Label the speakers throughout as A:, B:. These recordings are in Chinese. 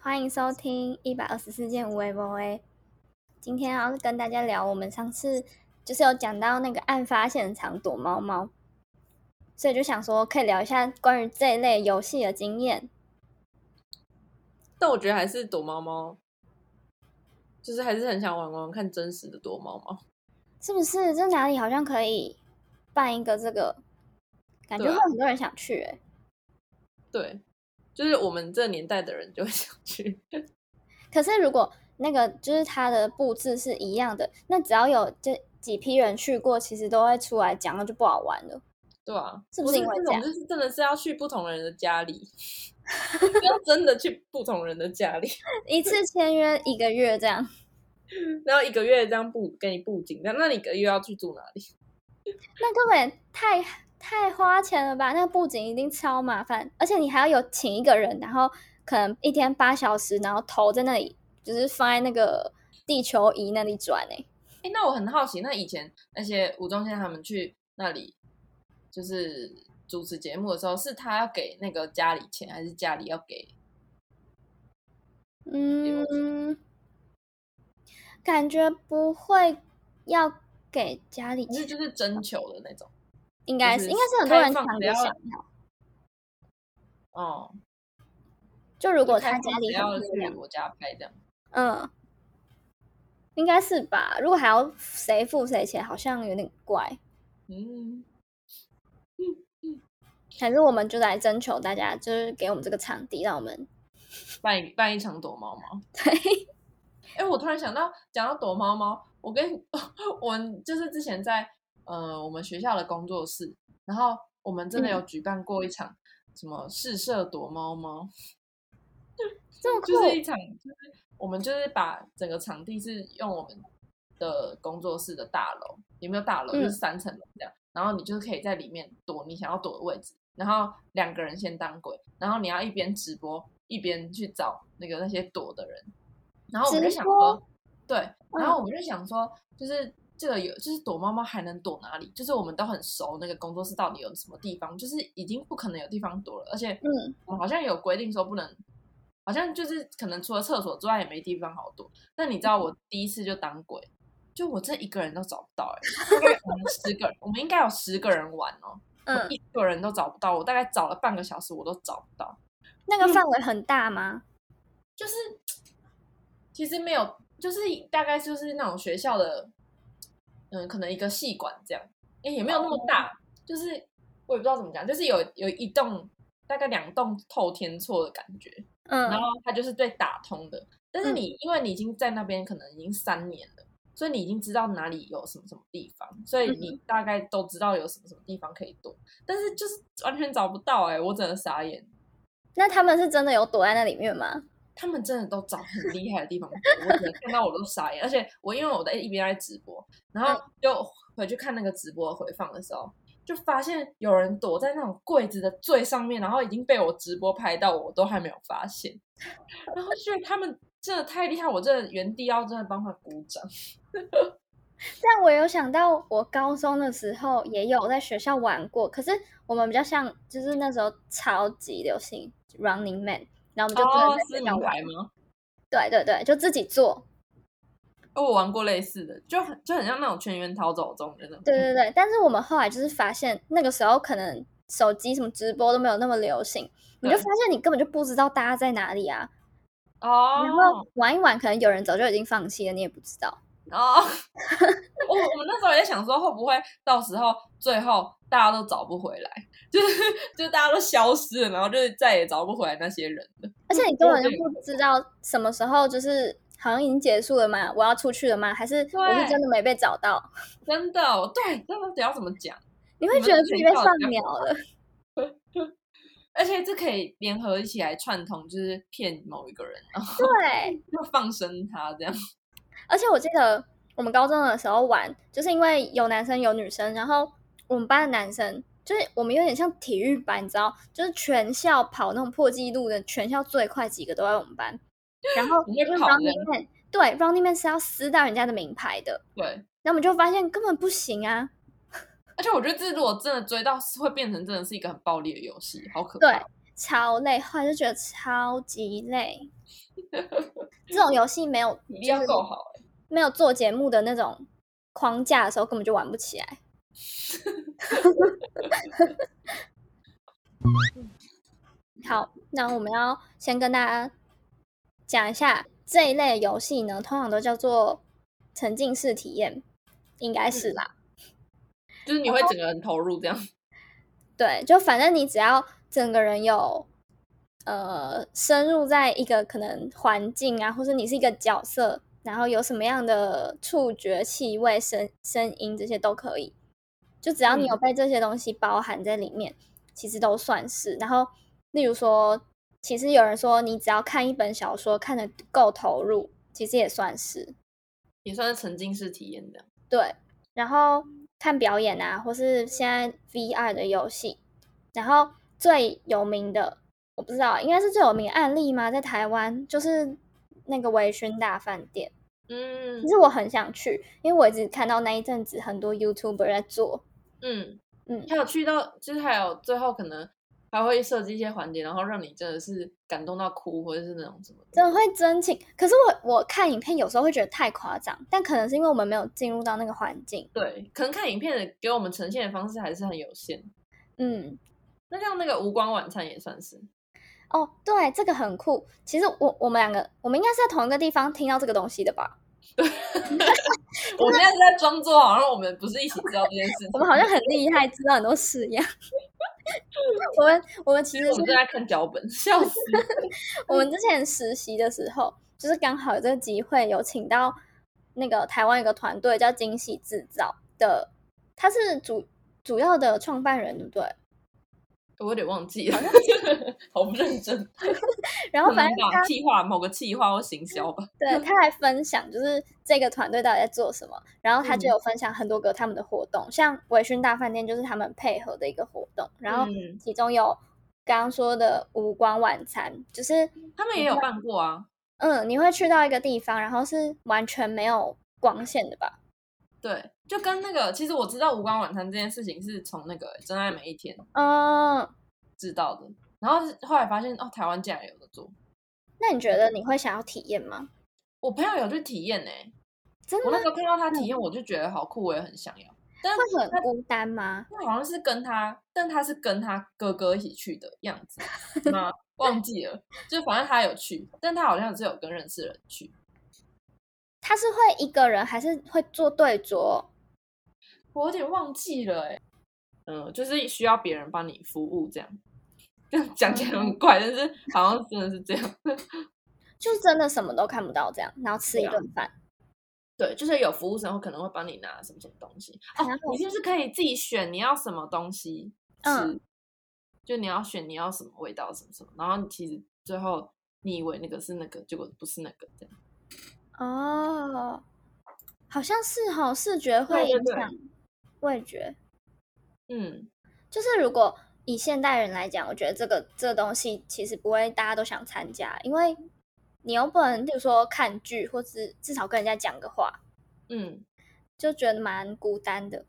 A: 欢迎收听一百二十四件无为 VOA。今天要跟大家聊，我们上次就是有讲到那个案发现场躲猫猫，所以就想说可以聊一下关于这一类游戏的经验。
B: 但我觉得还是躲猫猫，就是还是很想玩玩看真实的躲猫猫。
A: 是不是？这哪里好像可以办一个这个？感觉
B: 对
A: 会
B: 啊
A: 很多人想去、欸，
B: 对，就是我们这年代的人就会想去。
A: 可是如果那个就是它的布置是一样的，那只要有这几批人去过，其实都会出来讲，那就不好玩了。
B: 对啊，
A: 是不
B: 不
A: 是
B: 是
A: 因为
B: 那
A: 这
B: 种
A: 样
B: 就是真的是要去不同人的 家里，不要真的去不同人的家里，
A: 一次签约一个月这样，
B: 然后一个月这样布给你布景，那那你一个月要去住哪里？
A: 那根本太太花钱了吧？那布景一定超麻烦，而且你还要有请一个人，然后可能一天八小时，然后头在那里就是放在那个地球仪那里转哎、
B: 哎，那我很好奇，那以前那些吴宗宪他们去那里，就是主持节目的时候，是他要给那个家里钱，还是家里要给？
A: 嗯，感觉不会要给家里
B: 还是
A: 钱，
B: 就是征求的那种？
A: 应该
B: 就是是
A: 应该是很多人
B: 开
A: 抢
B: 放
A: 着
B: 只要
A: 想要。
B: 哦，
A: 就如
B: 如
A: 果他家里很
B: 要
A: 漂亮
B: 去，我家拍这样，
A: 嗯，应该是吧。如果还要谁付谁钱，好像有点怪。
B: 嗯，
A: 还是我们就来征求大家，就是给我们这个场地，让我们
B: 办一办一场躲猫猫。
A: 对，
B: 哎，我突然想到，讲到躲猫猫，我跟 我们就是之前在呃我们学校的工作室，然后我们
A: 嗯
B: 真的有举办过一场什么试射躲猫猫，
A: 这么酷。
B: 就是一场就是我们就是把整个场地是用我们的工作室的大楼，也没有大楼，就
A: 嗯
B: 是三层楼这样，然后你就是可以在里面躲你想要躲的位置，然后两个人先当鬼，然后你要一边直播一边去找那个那些躲的人，然后我们就
A: 直
B: 想
A: 播嗯
B: 说，对，然后我们就想说，就是这个有，就是躲猫猫还能躲哪里？就是我们都很熟那个工作室到底有什么地方，就是已经不可能有地方躲了，而且
A: 嗯，
B: 我们好像有规定说不能，好像就是可能除了厕所之外也没地方好躲。但你知道我第一次就当鬼，就我这一个人都找不到、欸，大概我们十个人，我们应该有十个人玩哦，我
A: 嗯，
B: 一个人都找不到，我大概找了半个小时我都找不到，
A: 那个范围很大吗？
B: 就是其实没有，就是大概就是那种学校的，嗯，可能一个系馆这样，哎、也没有那么大，就是我也不知道怎么讲，就是有有一栋大概两栋透天错的感觉，然
A: 嗯，
B: 后它就是被打通的。但是
A: 嗯
B: 你、因为你已经在那边可能已经三年了，所以你已经知道哪里有什么什么地方，所以
A: 嗯
B: 你大概都知道有什么什么地方可以躲，但是就是完全找不到哎、我真的傻眼。
A: 那他们是真的有躲在那里面吗？
B: 他们真的都找很厉害的地方躲，我只能看到我都傻眼。而且我因为我在一边在直播，然
A: 嗯
B: 后就回去看那个直播回放的时候，就发现有人躲在那种柜子的最上面，然后已经被我直播拍到，我都还没有发现。然后就觉得他们真的太厉害，我真的原地要真的帮他鼓掌。
A: 但我有想到，我高中的时候也有在学校玩过，可是我们比较像，就是那时候超级流行 Running Man，然后我们就真
B: 哦
A: 的，在
B: 是
A: 学校
B: 名
A: 玩。
B: 牌吗？
A: 对对对，就自己做。
B: 哦，我玩过类似的，就很就很像那种全员逃走中的那种。
A: 对对对，但是我们后来就是发现，那个时候可能手机什么直播都没有那么流行，你就
B: 对
A: 发现你根本就不知道大家在哪里啊。
B: 哦，
A: 然后玩一玩，可能有人早就已经放弃了，你也不知道。
B: 哦，我我们那时候也在想说，会不会到时候最后大家都找不回来，就是就大家都消失了，然后就是再也找不回来那些人了。
A: 而且你根
B: 我
A: 本就
B: 也
A: 不知道什么时候就是好像已经结束了嘛，我要出去了吗？还是我是
B: 对
A: 真的没被找到？
B: 真的，我对，真的不知道怎么讲。
A: 你会
B: 们
A: 觉得
B: 之
A: 自己
B: 前
A: 被
B: 跳
A: 放
B: 得比较
A: 鸟了。
B: 而且这可以联合一起来串通，就是骗某一个人，然后
A: 对，
B: 就放生他这样。
A: 而且我记得我们高中的时候玩，就是因为有男生有女生，然后我们班的男生就是我们有点像体育班，你知道，就是全校跑那种破纪录的，全校最快几个都在我们班。然后
B: 你
A: 因
B: 会
A: 为
B: 跑
A: Running Man，对 Running Man 是要撕到人家的名牌的，
B: 对，
A: 然后我们就发现根本不行啊。
B: 而且我觉得这如果真的追到，是会变成真的是一个很暴力的游戏，好可
A: 对
B: 怕。
A: 超累，后来就觉得超级累。这种游戏没有
B: 体力
A: 就
B: 要
A: 是
B: 够好、欸，
A: 没有做节目的那种框架的时候，根本就玩不起来。好，那我们要先跟大家讲一下这一类游戏呢，通常都叫做沉浸式体验，应该是啦。
B: 就是你会整个人投入这样。
A: 对，就反正你只要整个人有呃深入在一个可能环境啊，或者你是一个角色，然后有什么样的触觉、气味、声声音这些都可以，就只要你有被这些东西包含在里面，其实都算是。然后，例如说，其实有人说你只要看一本小说看得够投入，其实也算是。
B: 也算是沉浸式体验这样。
A: 对，然后看表演啊，或是现在 VR 的游戏，然后最有名的，我不知道应该是最有名的案例吗？在台湾就是那个微醺大饭店，
B: 嗯
A: 其实我很想去，因为我一直看到那一阵子很多 YouTuber 在做，
B: 嗯
A: 嗯
B: 还有去到，就是还有最后可能还会设计一些环节，然后让你真的是感动到哭，或者是那种什么的。
A: 真的会真情。可是我我看影片有时候会觉得太夸张，但可能是因为我们没有进入到那个环境，
B: 对，可能看影片的给我们呈现的方式还是很有限。
A: 嗯，
B: 那像那个无光晚餐也算是，
A: 哦，对，这个很酷。其实我我们两个，我们应该是在同一个地方听到这个东西的吧？
B: 我现在是在装作好像我们不是一起知道这件事情，
A: 我们好像很厉害，知道很多事一样。 我们我们其
B: 其
A: 实
B: 实我们
A: 是
B: 正在看脚本，笑死。
A: 我们之前实习的时候，就是刚好有这个机会，有请到那个台湾有个团队叫惊喜制造的，他是主主要的创办人，对不对？
B: 我有点忘记了，好不认真。
A: 然
B: 可
A: 后
B: 能
A: 反正他
B: 吧，企划某个企划或行销吧。
A: 对他来分享，就是这个团队到底在做什么，然后他就
B: 嗯
A: 有分享很多个他们的活动，像微醺大饭店就是他们配合的一个活动，然后
B: 嗯
A: 其中有刚刚说的无光晚餐，就是
B: 他们也有办过啊，
A: 嗯，你会去到一个地方，然后是完全没有光线的吧？
B: 对，就跟那个，其实我知道无关晚餐这件事情是从那个《真爱每一天》
A: 嗯，
B: 知道的，然后是后来发现哦，台湾竟然有的做。
A: 那你觉得你会想要体验吗？
B: 我朋友有去体验呢、
A: 真的
B: 我
A: 吗
B: 那时候看到他体验，我就觉得好酷，我也很想要。但
A: 会很孤单吗？
B: 那好像是跟他，但他是跟他哥哥一起去的样子 吗？忘记了，就反正他有去，但他好像只有跟认识的人去。
A: 他是会一个人，还是会做对桌？
B: 我有点忘记了、欸，嗯，就是需要别人帮你服务这样。这样讲起来很怪，但是好像真的是这样。
A: 就是真的什么都看不到这样，然后吃一
B: 对啊
A: 顿饭。
B: 对，就是有服务生可能会帮你拿什么什么东西哦
A: 然，后
B: 你就是可以自己选你要什么东西吃，
A: 嗯
B: 就你要选你要什么味道什么什么，然后你其实最后你以为那个是那个，结果不是那个这样。
A: 哦，好像是哦，视觉会
B: 对
A: 影
B: 对
A: 响味觉。
B: 嗯，
A: 就是如果以现代人来讲，我觉得这个这个东西其实不会大家都想参加，因为你又不能，比如说看剧，或是至少跟人家讲个话，
B: 嗯，
A: 就觉得蛮孤单的。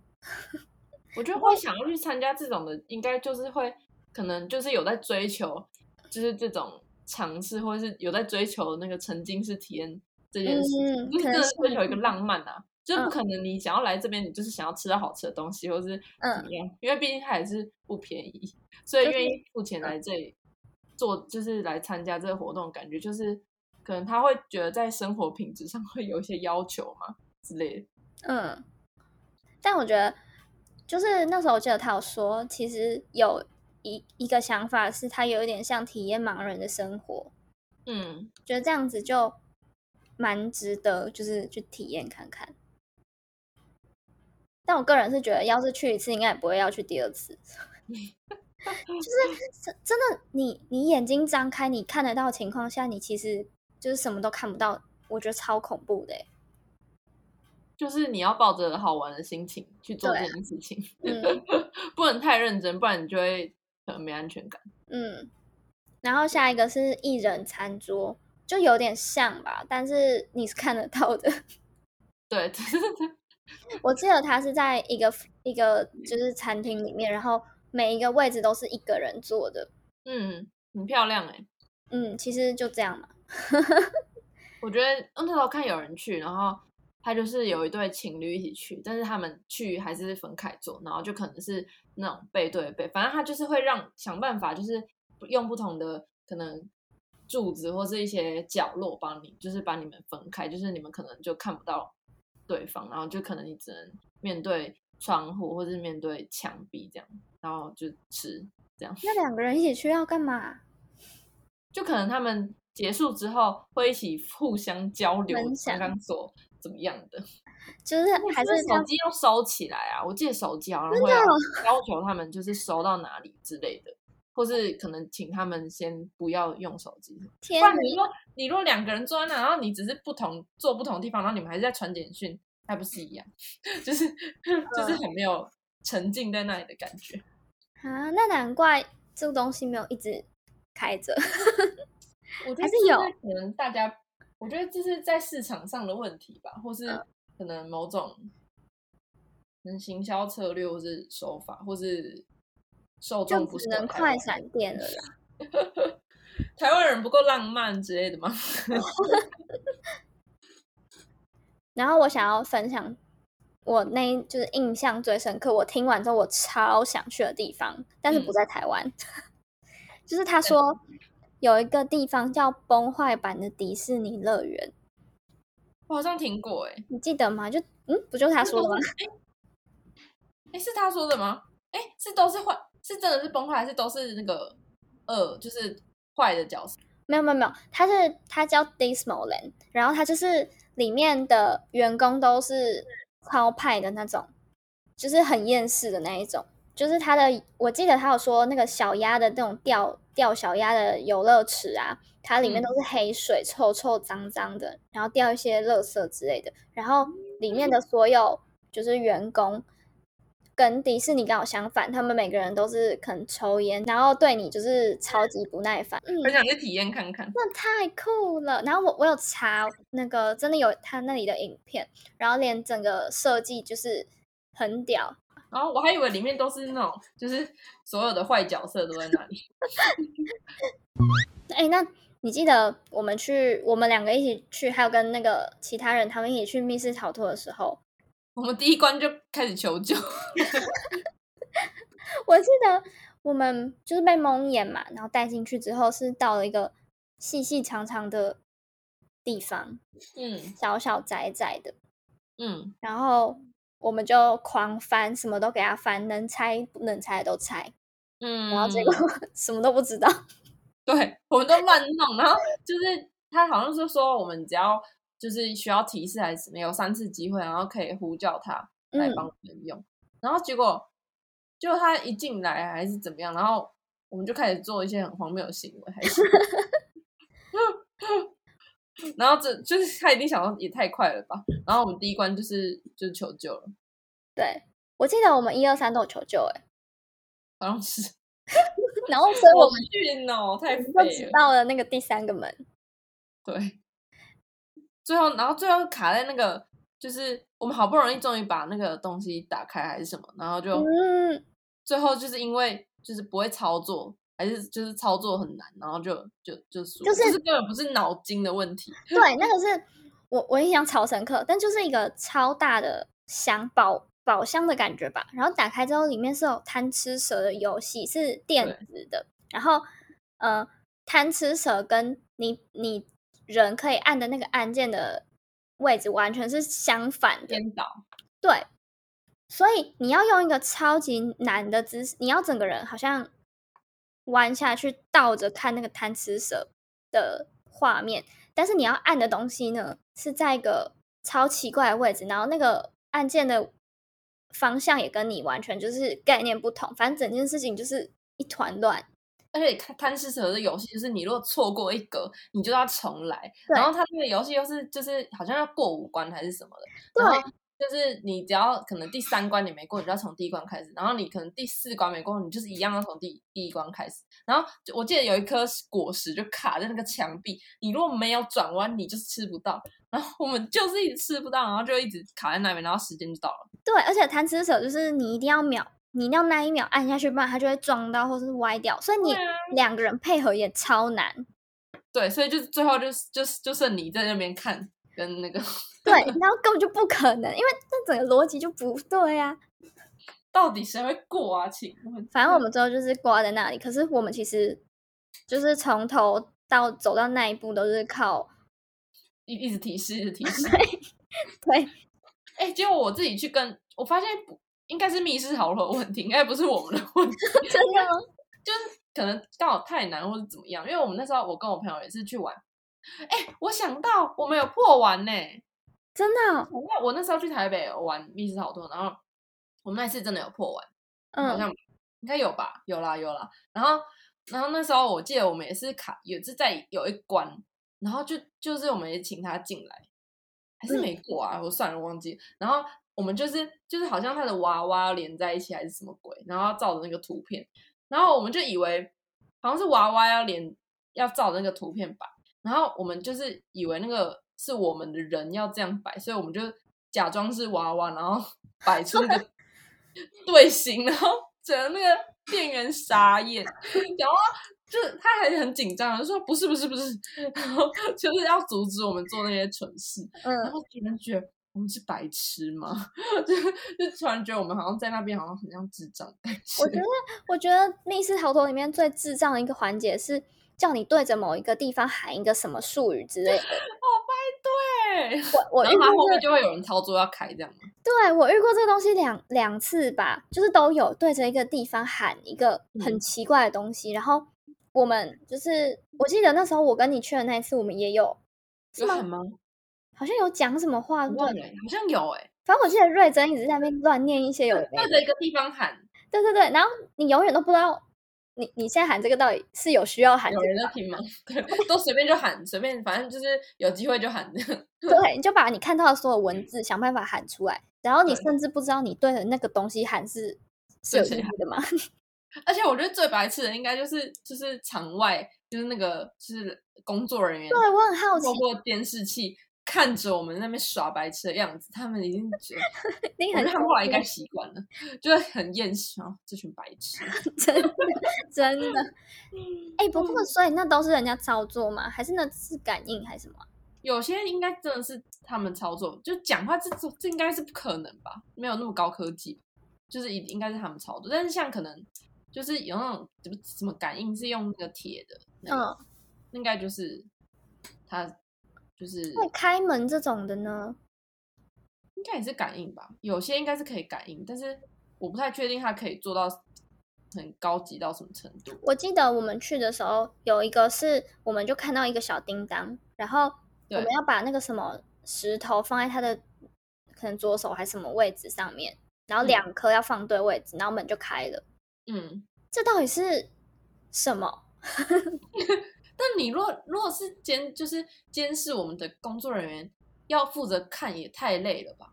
B: 我觉得会想要去参加这种的，应该就是会可能就是有在追求，就是这种尝试，或者是有在追求那个沉浸式体验这件事情，
A: 嗯，
B: 就
A: 可
B: 是真
A: 能
B: 的
A: 是
B: 追求一个浪漫啊。就是
A: 嗯
B: 不可能，你想要来这边，你就是想要吃到好吃的东西，或是怎
A: 嗯
B: 么样？因为毕竟它也是不便宜，所以
A: 就是嗯
B: 愿意付钱来这里做，就是来参加这个活动，感觉就是可能他会觉得在生活品质上会有一些要求嘛之类的。
A: 嗯，但我觉得就是那时候我记得他有说，其实有一一个想法是，他有一点像体验盲人的生活，
B: 嗯，
A: 觉得这样子就蛮值得，就是去体验看看。但我个人是觉得，要是去一次，应该也不会要去第二次。 就是真真的，你你眼睛张开，你看得到的情况下，你其实就是什么都看不到，我觉得超恐怖的欸。
B: 就是你要抱着好玩的心情去做
A: 对
B: 这件事情，
A: 嗯
B: 不能太认真，不然你就会很没安全感。
A: 嗯，然后下一个是一人餐桌，就有点像吧，但是你是看得到的。
B: 对，
A: 我记得他是在
B: 嗯
A: 一个一个就是餐厅里面，然后每一个位置都是一个人坐的，
B: 嗯，很漂亮哎、
A: 嗯，其实就这样嘛。
B: 我觉得嗯那时候看有人去，然后他就是有一对情侣一起去，但是他们去还是分开坐，然后就可能是那种背对背，反正他就是会让想办法，就是用不同的可能柱子或是一些角落帮你，就是把你们分开，就是你们可能就看不到对方，然后就可能你只能面对窗户或是面对墙壁这样，然后就吃这样。
A: 那两个人一起去要干嘛？
B: 就可能他们结束之后会一起互相交流
A: 分享
B: 刚刚所怎么样的，
A: 就是还是
B: 是不是手
A: 像
B: 机要收起来啊？我记得手机好像
A: 的
B: 会要
A: 哦
B: 要求他们就是收到哪里之类的，或是可能请他们先不要用手机。不
A: 天
B: 然你说你若两个人坐在那，然后你只是不同坐不同地方，然后你们还是在传简讯，还不是一样？ 就是
A: 嗯
B: 就是很没有沉浸在那里的感觉。
A: 啊！那难怪这个东西没有一直开着。
B: 我觉
A: 还
B: 得
A: 是
B: 现
A: 有
B: 在可能大家，我觉得这是在市场上的问题吧，或是
A: 嗯
B: 可能某种嗯行销策略，或是手法，或是受
A: 就
B: 众不
A: 只
B: 是
A: 能
B: 台
A: 快
B: 湾
A: 闪电
B: 嗯
A: 了啦。
B: 台湾人不够浪漫之类的吗？
A: 然后我想要分享我那一就是印象最深刻，我听完之后我超想去的地方，但是不
B: 嗯
A: 在台湾。 就是他说有一个地方叫崩坏版的迪士尼乐园，
B: 我好像听过、欸，哎，
A: 你记得吗？就嗯，不就是他说的吗？
B: 哎，是他说的吗？哎，是都是坏，是真的是崩坏，还是都是那个恶，就是坏的角色？
A: 没有没有没有，它是它叫 Dismaland，然后它就是里面的员工都是超派的那种，就是很厌世的那一种。就是它的，我记得他有说那个小鸭的那种钓钓小鸭的游乐池啊，它里面
B: 嗯
A: 都是黑水，臭臭脏脏的，然后掉一些垃圾之类的，然后里面的所有就是员工。跟迪士尼刚好相反，他们每个人都是可能抽烟，然后对你就是超级不耐烦。嗯，
B: 很想去体验看看。
A: 那太酷了！然后我我有查那个，真的有他那里的影片，然后连整个设计就是很屌，
B: 然后我还以为里面都是那种，就是所有的坏角色都在那里。
A: 哎、那你记得我们去，我们两个一起去，还有跟那个其他人他们一起去密室逃脱的时候，
B: 我们第一关就开始求救，
A: 我记得我们就是被蒙眼嘛，然后带进去之后是到了一个细细长长的地方，
B: 嗯
A: 小小窄窄的，
B: 嗯，
A: 然后我们就狂翻，什么都给他翻，能拆不能拆的都拆，
B: 嗯，
A: 然后结果 什么都不知道。
B: 对，我们都乱弄，然后就是他好像是说我们只要就是需要提示还是什么，有三次机会，然后可以呼叫他来
A: 嗯
B: 帮我们用，然后结果就他一进来还是怎么样，然后我们就开始做一些很荒谬的行为，还是。然后这就是他一定想到也太快了吧，然后我们第一关就是就是求救了，
A: 对，我记得我们一二三都有求救 哎、
B: 好像是，
A: 然后所以我
B: 我
A: 们
B: 去哦，太废
A: 就只
B: 了。
A: 到了那个第三个门，
B: 对，最后然后最后卡在那个，就是我们好不容易终于把那个东西打开还是什么，然后就、
A: 嗯，
B: 最后就是因为就是不会操作，还是就是操作很难，然后就就就输了，
A: 就是
B: 这根本不是脑筋的问题，
A: 对，那个是我我印象超深刻，但就是一个超大的箱宝宝箱的感觉吧，然后打开之后里面是有贪吃蛇的游戏，是电
B: 对
A: 子的，然后呃，贪吃蛇跟你你人可以按的那个按键的位置完全是相反的，
B: 颠倒。
A: 对，所以你要用一个超级难的姿势，你要整个人好像弯下去倒着看那个贪吃蛇的画面，但是你要按的东西呢是在一个超奇怪的位置，然后那个按键的方向也跟你完全就是概念不同，反正整件事情就是一团乱。
B: 而且看贪吃蛇的游戏，就是你如果错过一格，你就要重来。
A: 对
B: 然后它那个游戏又是就是好像要过五关还是什么的，
A: 对
B: 然后就是你只要可能第三关你没过，你就要从第一关开始，然后你可能第四关没过，你就是一样要从第第一关开始。然后就我记得有一颗果实就卡在那个墙壁，你如果没有转弯，你就是吃不到。然后我们就是一直吃不到，然后就一直卡在那边，然后时间就到了。
A: 对，而且贪吃蛇就是你一定要秒你要那一秒按下去，不然它就会撞到或是歪掉，所以你
B: 对啊
A: 两个人配合也超难。
B: 对，所以就是最后就是就是就剩你在那边看跟那个，
A: 对，然后根本就不可能，因为这整个逻辑就不对啊。
B: 到底谁会过啊？请问，
A: 反正我们最后就是挂在那里，可是我们其实就是从头到走到那一步都是靠
B: 一一直提示，一直提示。
A: 对
B: 哎、结果我自己去跟我发现不应该是密室逃脱的问题，应该不是我们的问题，
A: 真的 吗？
B: 可能刚好太难或者怎么样。因为我们那时候我跟我朋友也是去玩，哎、我想到我们有破完呢、
A: 真的哦、
B: 我那我那时候去台北有玩密室逃脱，然后我们那次真的有破完，好
A: 嗯
B: 像应该有吧，有啦有啦。然后然后那时候我记得我们也是卡，也是在有一关，然后就就是我们也请他进来，还是
A: 嗯
B: 没过啊，我算了我忘记。然后我们就是就是好像他的娃娃连在一起还是什么鬼，然后照着那个图片，然后我们就以为好像是娃娃要连要照着那个图片摆，然后我们就是以为那个是我们的人要这样摆，所以我们就假装是娃娃，然后 摆出那个 队形，然后整个那个店员傻眼，然后就是他还是很紧张，就说不是不是不是，然后就是要阻止我们做那些蠢事，然
A: 嗯，
B: 后突然觉得。我们是白痴吗？ 就是就突然觉得我们好像在那边好像很像智障的感
A: 我觉
B: 觉
A: 得，我觉得密室逃脱里面最智障的一个环节是叫你对着某一个地方喊一个什么术语之类的。
B: 对，
A: 我我
B: 然
A: 遇
B: 后
A: 过
B: 他后
A: 这
B: 面就会有人操作要开这样吗？
A: 对我遇过这东西两两次吧，就是都有对着一个地方喊一个很
B: 嗯
A: 奇怪的东西，然后我们就是我记得那时候我跟你去的那一次，我们也有是
B: 有
A: 吗
B: 喊吗？
A: 好像有讲什么话，
B: 我
A: 对，
B: 忘了欸，好像有哎、
A: 反正我记得瑞珍一直在那边乱念一些有的欸没
B: 对
A: 的，
B: 着一个地方喊，
A: 对对对，然后你永远都不知道你你现在喊这个到底是有需要喊这
B: 有
A: 个
B: 人在听吗？ 对，都随便就喊，随便，反正就是有机会就喊。
A: 对，你就把你看到的所有文字想办法喊出来，然后你
B: 嗯对
A: 甚至不知道你对的那个东西喊是是
B: 对
A: 有
B: 谁
A: 意义的吗？
B: 而且我觉得最白痴的应该就是就是场外就是那个就是工作人 员
A: 对，我很好奇
B: 透，过监视器看着我们那边耍白痴的样子，他们已经觉得，
A: 你
B: 我觉
A: 很
B: 得他
A: 聪
B: 们后来应
A: 明
B: 该习惯了，就是很厌世啊，这群白痴。
A: 真的真的，哎、不过所以那都是人家操作吗？还是那是感应还是什么啊？
B: 有些应该真的是他们操作，就讲话这这这应该是不可能吧，没有那么高科技，就是一应该是他们操作。但是像可能就是有那种怎么怎么感应是用那个铁的，那个、
A: 嗯，
B: 那应该就是他就是
A: 会开门这种的呢？
B: 应该也是感应吧，有些应该是可以感应，但是我不太确定他可以做到很高级到什么程度。
A: 我记得我们去的时候有一个是，我们就看到一个小叮当，然后我
B: 对
A: 们要把那个什么石头放在它的可能左手还是什么位置上面，然后
B: 嗯
A: 两颗要放对位置，然后门就开了。
B: 嗯，
A: 这到底是什么？
B: 但你若如果是监，就是监视我们的工作人员，要负责看也太累了吧？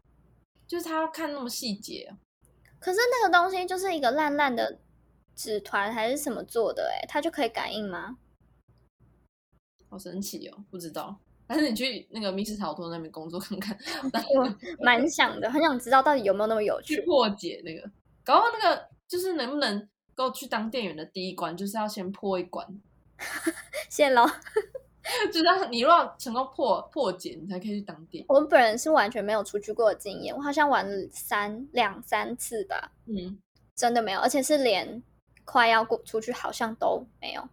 B: 就是他要看那么细节啊，
A: 可是那个东西就是一个烂烂的纸团还是什么做的、欸，它就可以感应吗？
B: 好神奇哦！不知道，还是你去那个密室逃脱那边工作看看，然后
A: 我蛮想的，很想知道到底有没有那么有
B: 去
A: 趣。
B: 破解那个，搞不好那个就是能不能够去当店员的第一关，就是要先破一关，
A: 谢喽，
B: 就是要你若要成功破破解，你才可以去当店。
A: 我本人是完全没有出去过的经验，我好像玩了三两三次吧，
B: 嗯，
A: 真的没有，而且是连快要过出去好像都没有。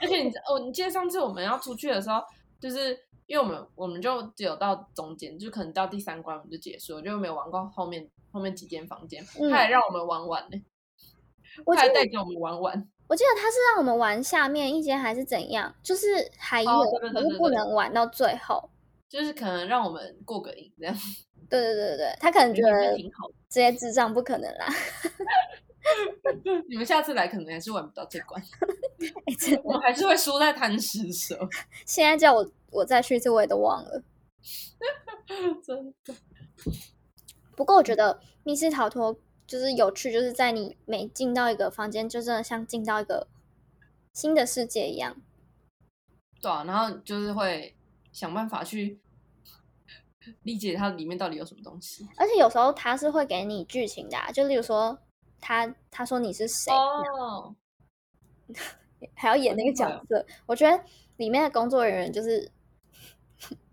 B: 而且你知哦，你记得上次我们要出去的时候，就是因为我们我们就只有到中间，就可能到第三关我们就结束了，就没有玩过后面后面几间房间。
A: 嗯
B: 他还让我们玩完呢、
A: 我
B: 他
A: 记
B: 还
A: 得
B: 带着我们玩完。
A: 我记得他是让我们玩下面一间还是怎样，就是还有，
B: 哦对对对
A: 可是
B: 对
A: 不
B: 对
A: 能玩到最后。
B: 就是可能让我们过个瘾这样，
A: 对对对对对，他可能觉
B: 也
A: 得
B: 挺好的。
A: 这些智障不可能啦，
B: 你们下次来可能还是玩不到这关，
A: 哎 真的
B: 我们还是会输在贪吃蛇，
A: 现在叫我我再去一次我也都忘了。
B: 真的。
A: 不过我觉得密室逃脱就是有趣，就是在你每进到一个房间，就真的像进到一个新的世界一样。
B: 对啊，然后就是会想办法去理解它里面到底有什么东西。
A: 而且有时候他是会给你剧情的、啊，就例如说他他说你是谁，
B: 哦，
A: 还要演那个角
B: 明白
A: 色。我觉得里面的工作人员就是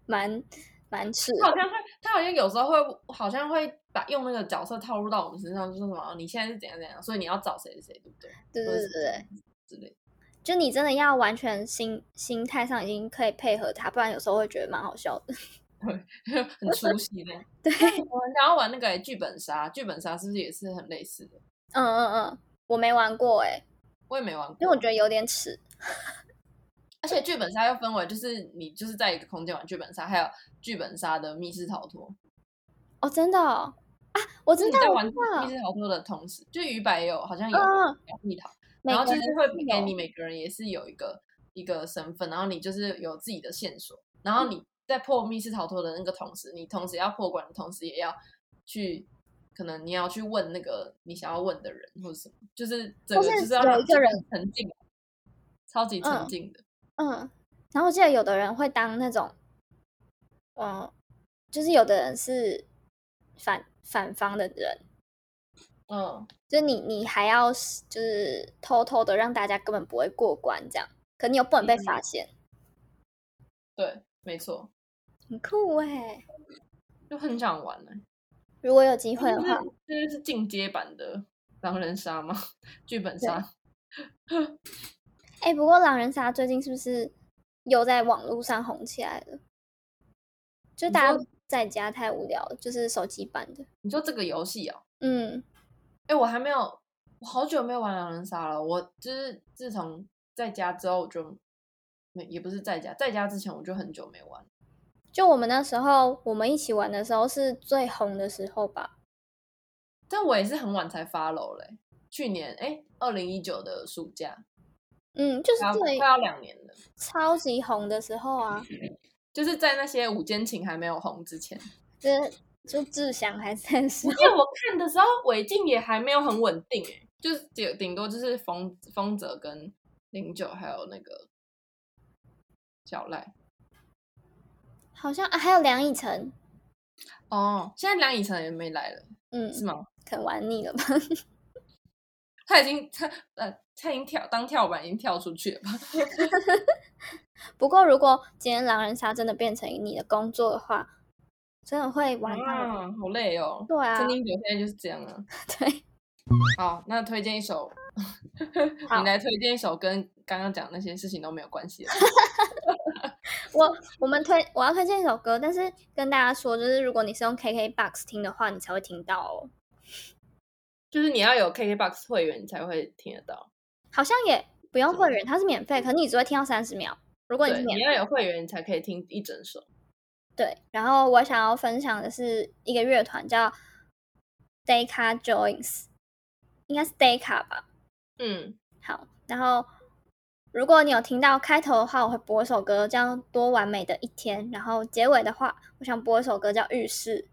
A: 蛮蛮赤
B: 它好像会，它好像有时候会，好像会把用那个角色套入到我们身上，就是什么哦你现在是怎样怎样，所以你要找谁谁谁，对不对？
A: 对对
B: 或者
A: 对
B: 是
A: 对，
B: 之类的。
A: 就你真的要完全心心态上已经可以配合他，不然有时候会觉得蛮好笑的。
B: 很出戏的。
A: 对，
B: 我们想要玩那个欸剧本杀，剧本杀是不是也是很类似的？
A: 嗯嗯嗯，我没玩过哎、
B: 我也没玩过，
A: 因为我觉得有点耻。
B: 而且剧本杀又分为，就是你就是在一个空间玩剧本杀，还有剧本杀的密室逃脱。
A: 哦，真的、哦、啊，我
B: 就是
A: 知道
B: 你在，
A: 我
B: 玩
A: 知道
B: 密，室逃脱的同时，就鱼白也有好像有
A: 哦嗯
B: 密逃，
A: 每
B: 然后
A: 个
B: 就是
A: 人
B: 会
A: 都
B: 给
A: 有
B: 你每个人也是有一个一个身份，然后你就是有自己的线索，然
A: 嗯
B: 后你在破密室逃脱的那个同时，你同时要破关，同时也要去。可能你要去问那个你想要问的人或者什么，就是整
A: 或
B: 个就是是要
A: 有
B: 让
A: 一个人
B: 沉浸，超级沉
A: 嗯
B: 浸的。
A: 嗯，然后我记得有的人会当那种，嗯，就是有的人是反反方的人，
B: 嗯，
A: 就是你你还要是就是偷偷的让大家根本不会过关这样，可你又不能
B: 嗯
A: 被发现，
B: 对，没错，
A: 很酷哎、
B: 就很想玩呢、
A: 如果有机会的
B: 就是
A: 话，
B: 这就是进阶版的狼人杀吗？ 剧本杀
A: 哎、不过狼人杀最近是不是又在网络上红起来了？就
B: 你
A: 大
B: 说
A: 家在家太无聊了，就是手机版的。
B: 你说这个游戏哦，
A: 嗯，
B: 哎，我还没有，我好久没有玩狼人杀了。我就是自从在家之后，我就没也不是在家，在家之前我就很久没玩了。
A: 就我们那时候我们一起玩的时候是最红的时候吧？
B: 但我也是很晚才发楼嘞，去年哎，二零一九的暑假，
A: 嗯，就是
B: 快要快
A: 最
B: 要两年了，
A: 超级红的时候啊，
B: 嗯就是在那些午间情还没有红之 前。
A: 就是就志祥还在的时
B: 我
A: 候
B: 记得我看的时候，韦静也还没有很稳定哎，就是顶顶多就是丰丰泽跟零九还有那个小赖
A: 好像、啊、还有梁以晨，
B: 哦。现在梁以晨也没来了，
A: 嗯，
B: 是吗？
A: 可能玩腻了吧？
B: 他已经他呃他已经跳当跳板已经跳出去了吧？
A: 不过如果今天狼人杀真的变成你的工作的话，真的会玩到、
B: 啊，好累哦。
A: 对啊
B: 陈，林九现在就是这样啊。
A: 对。
B: 好，那推荐 一首，
A: 好
B: 你来推荐一首跟刚刚讲那些事情都没有关系 的。
A: 我我们推我要推荐一首歌，但是跟大家说，就是如果你是用 KKBOX 听的话，你才会听到哦。
B: 就是你要有 KKBOX 会员，你才会听得到。
A: 好像也不用
B: 是
A: 会员，它是免费，可是你只会听到三十秒。如果你
B: 对，
A: 是免
B: 你要有会员，你才可以听一整首。
A: 对，然后我想要分享的是一个乐团叫 Dayca Joins，应该是 Dayca 吧？
B: 嗯，
A: 好，然后如果你有听到开头的话，我会播一首歌叫《多完美的一天》，然后结尾的话，我想播一首歌叫《浴室》。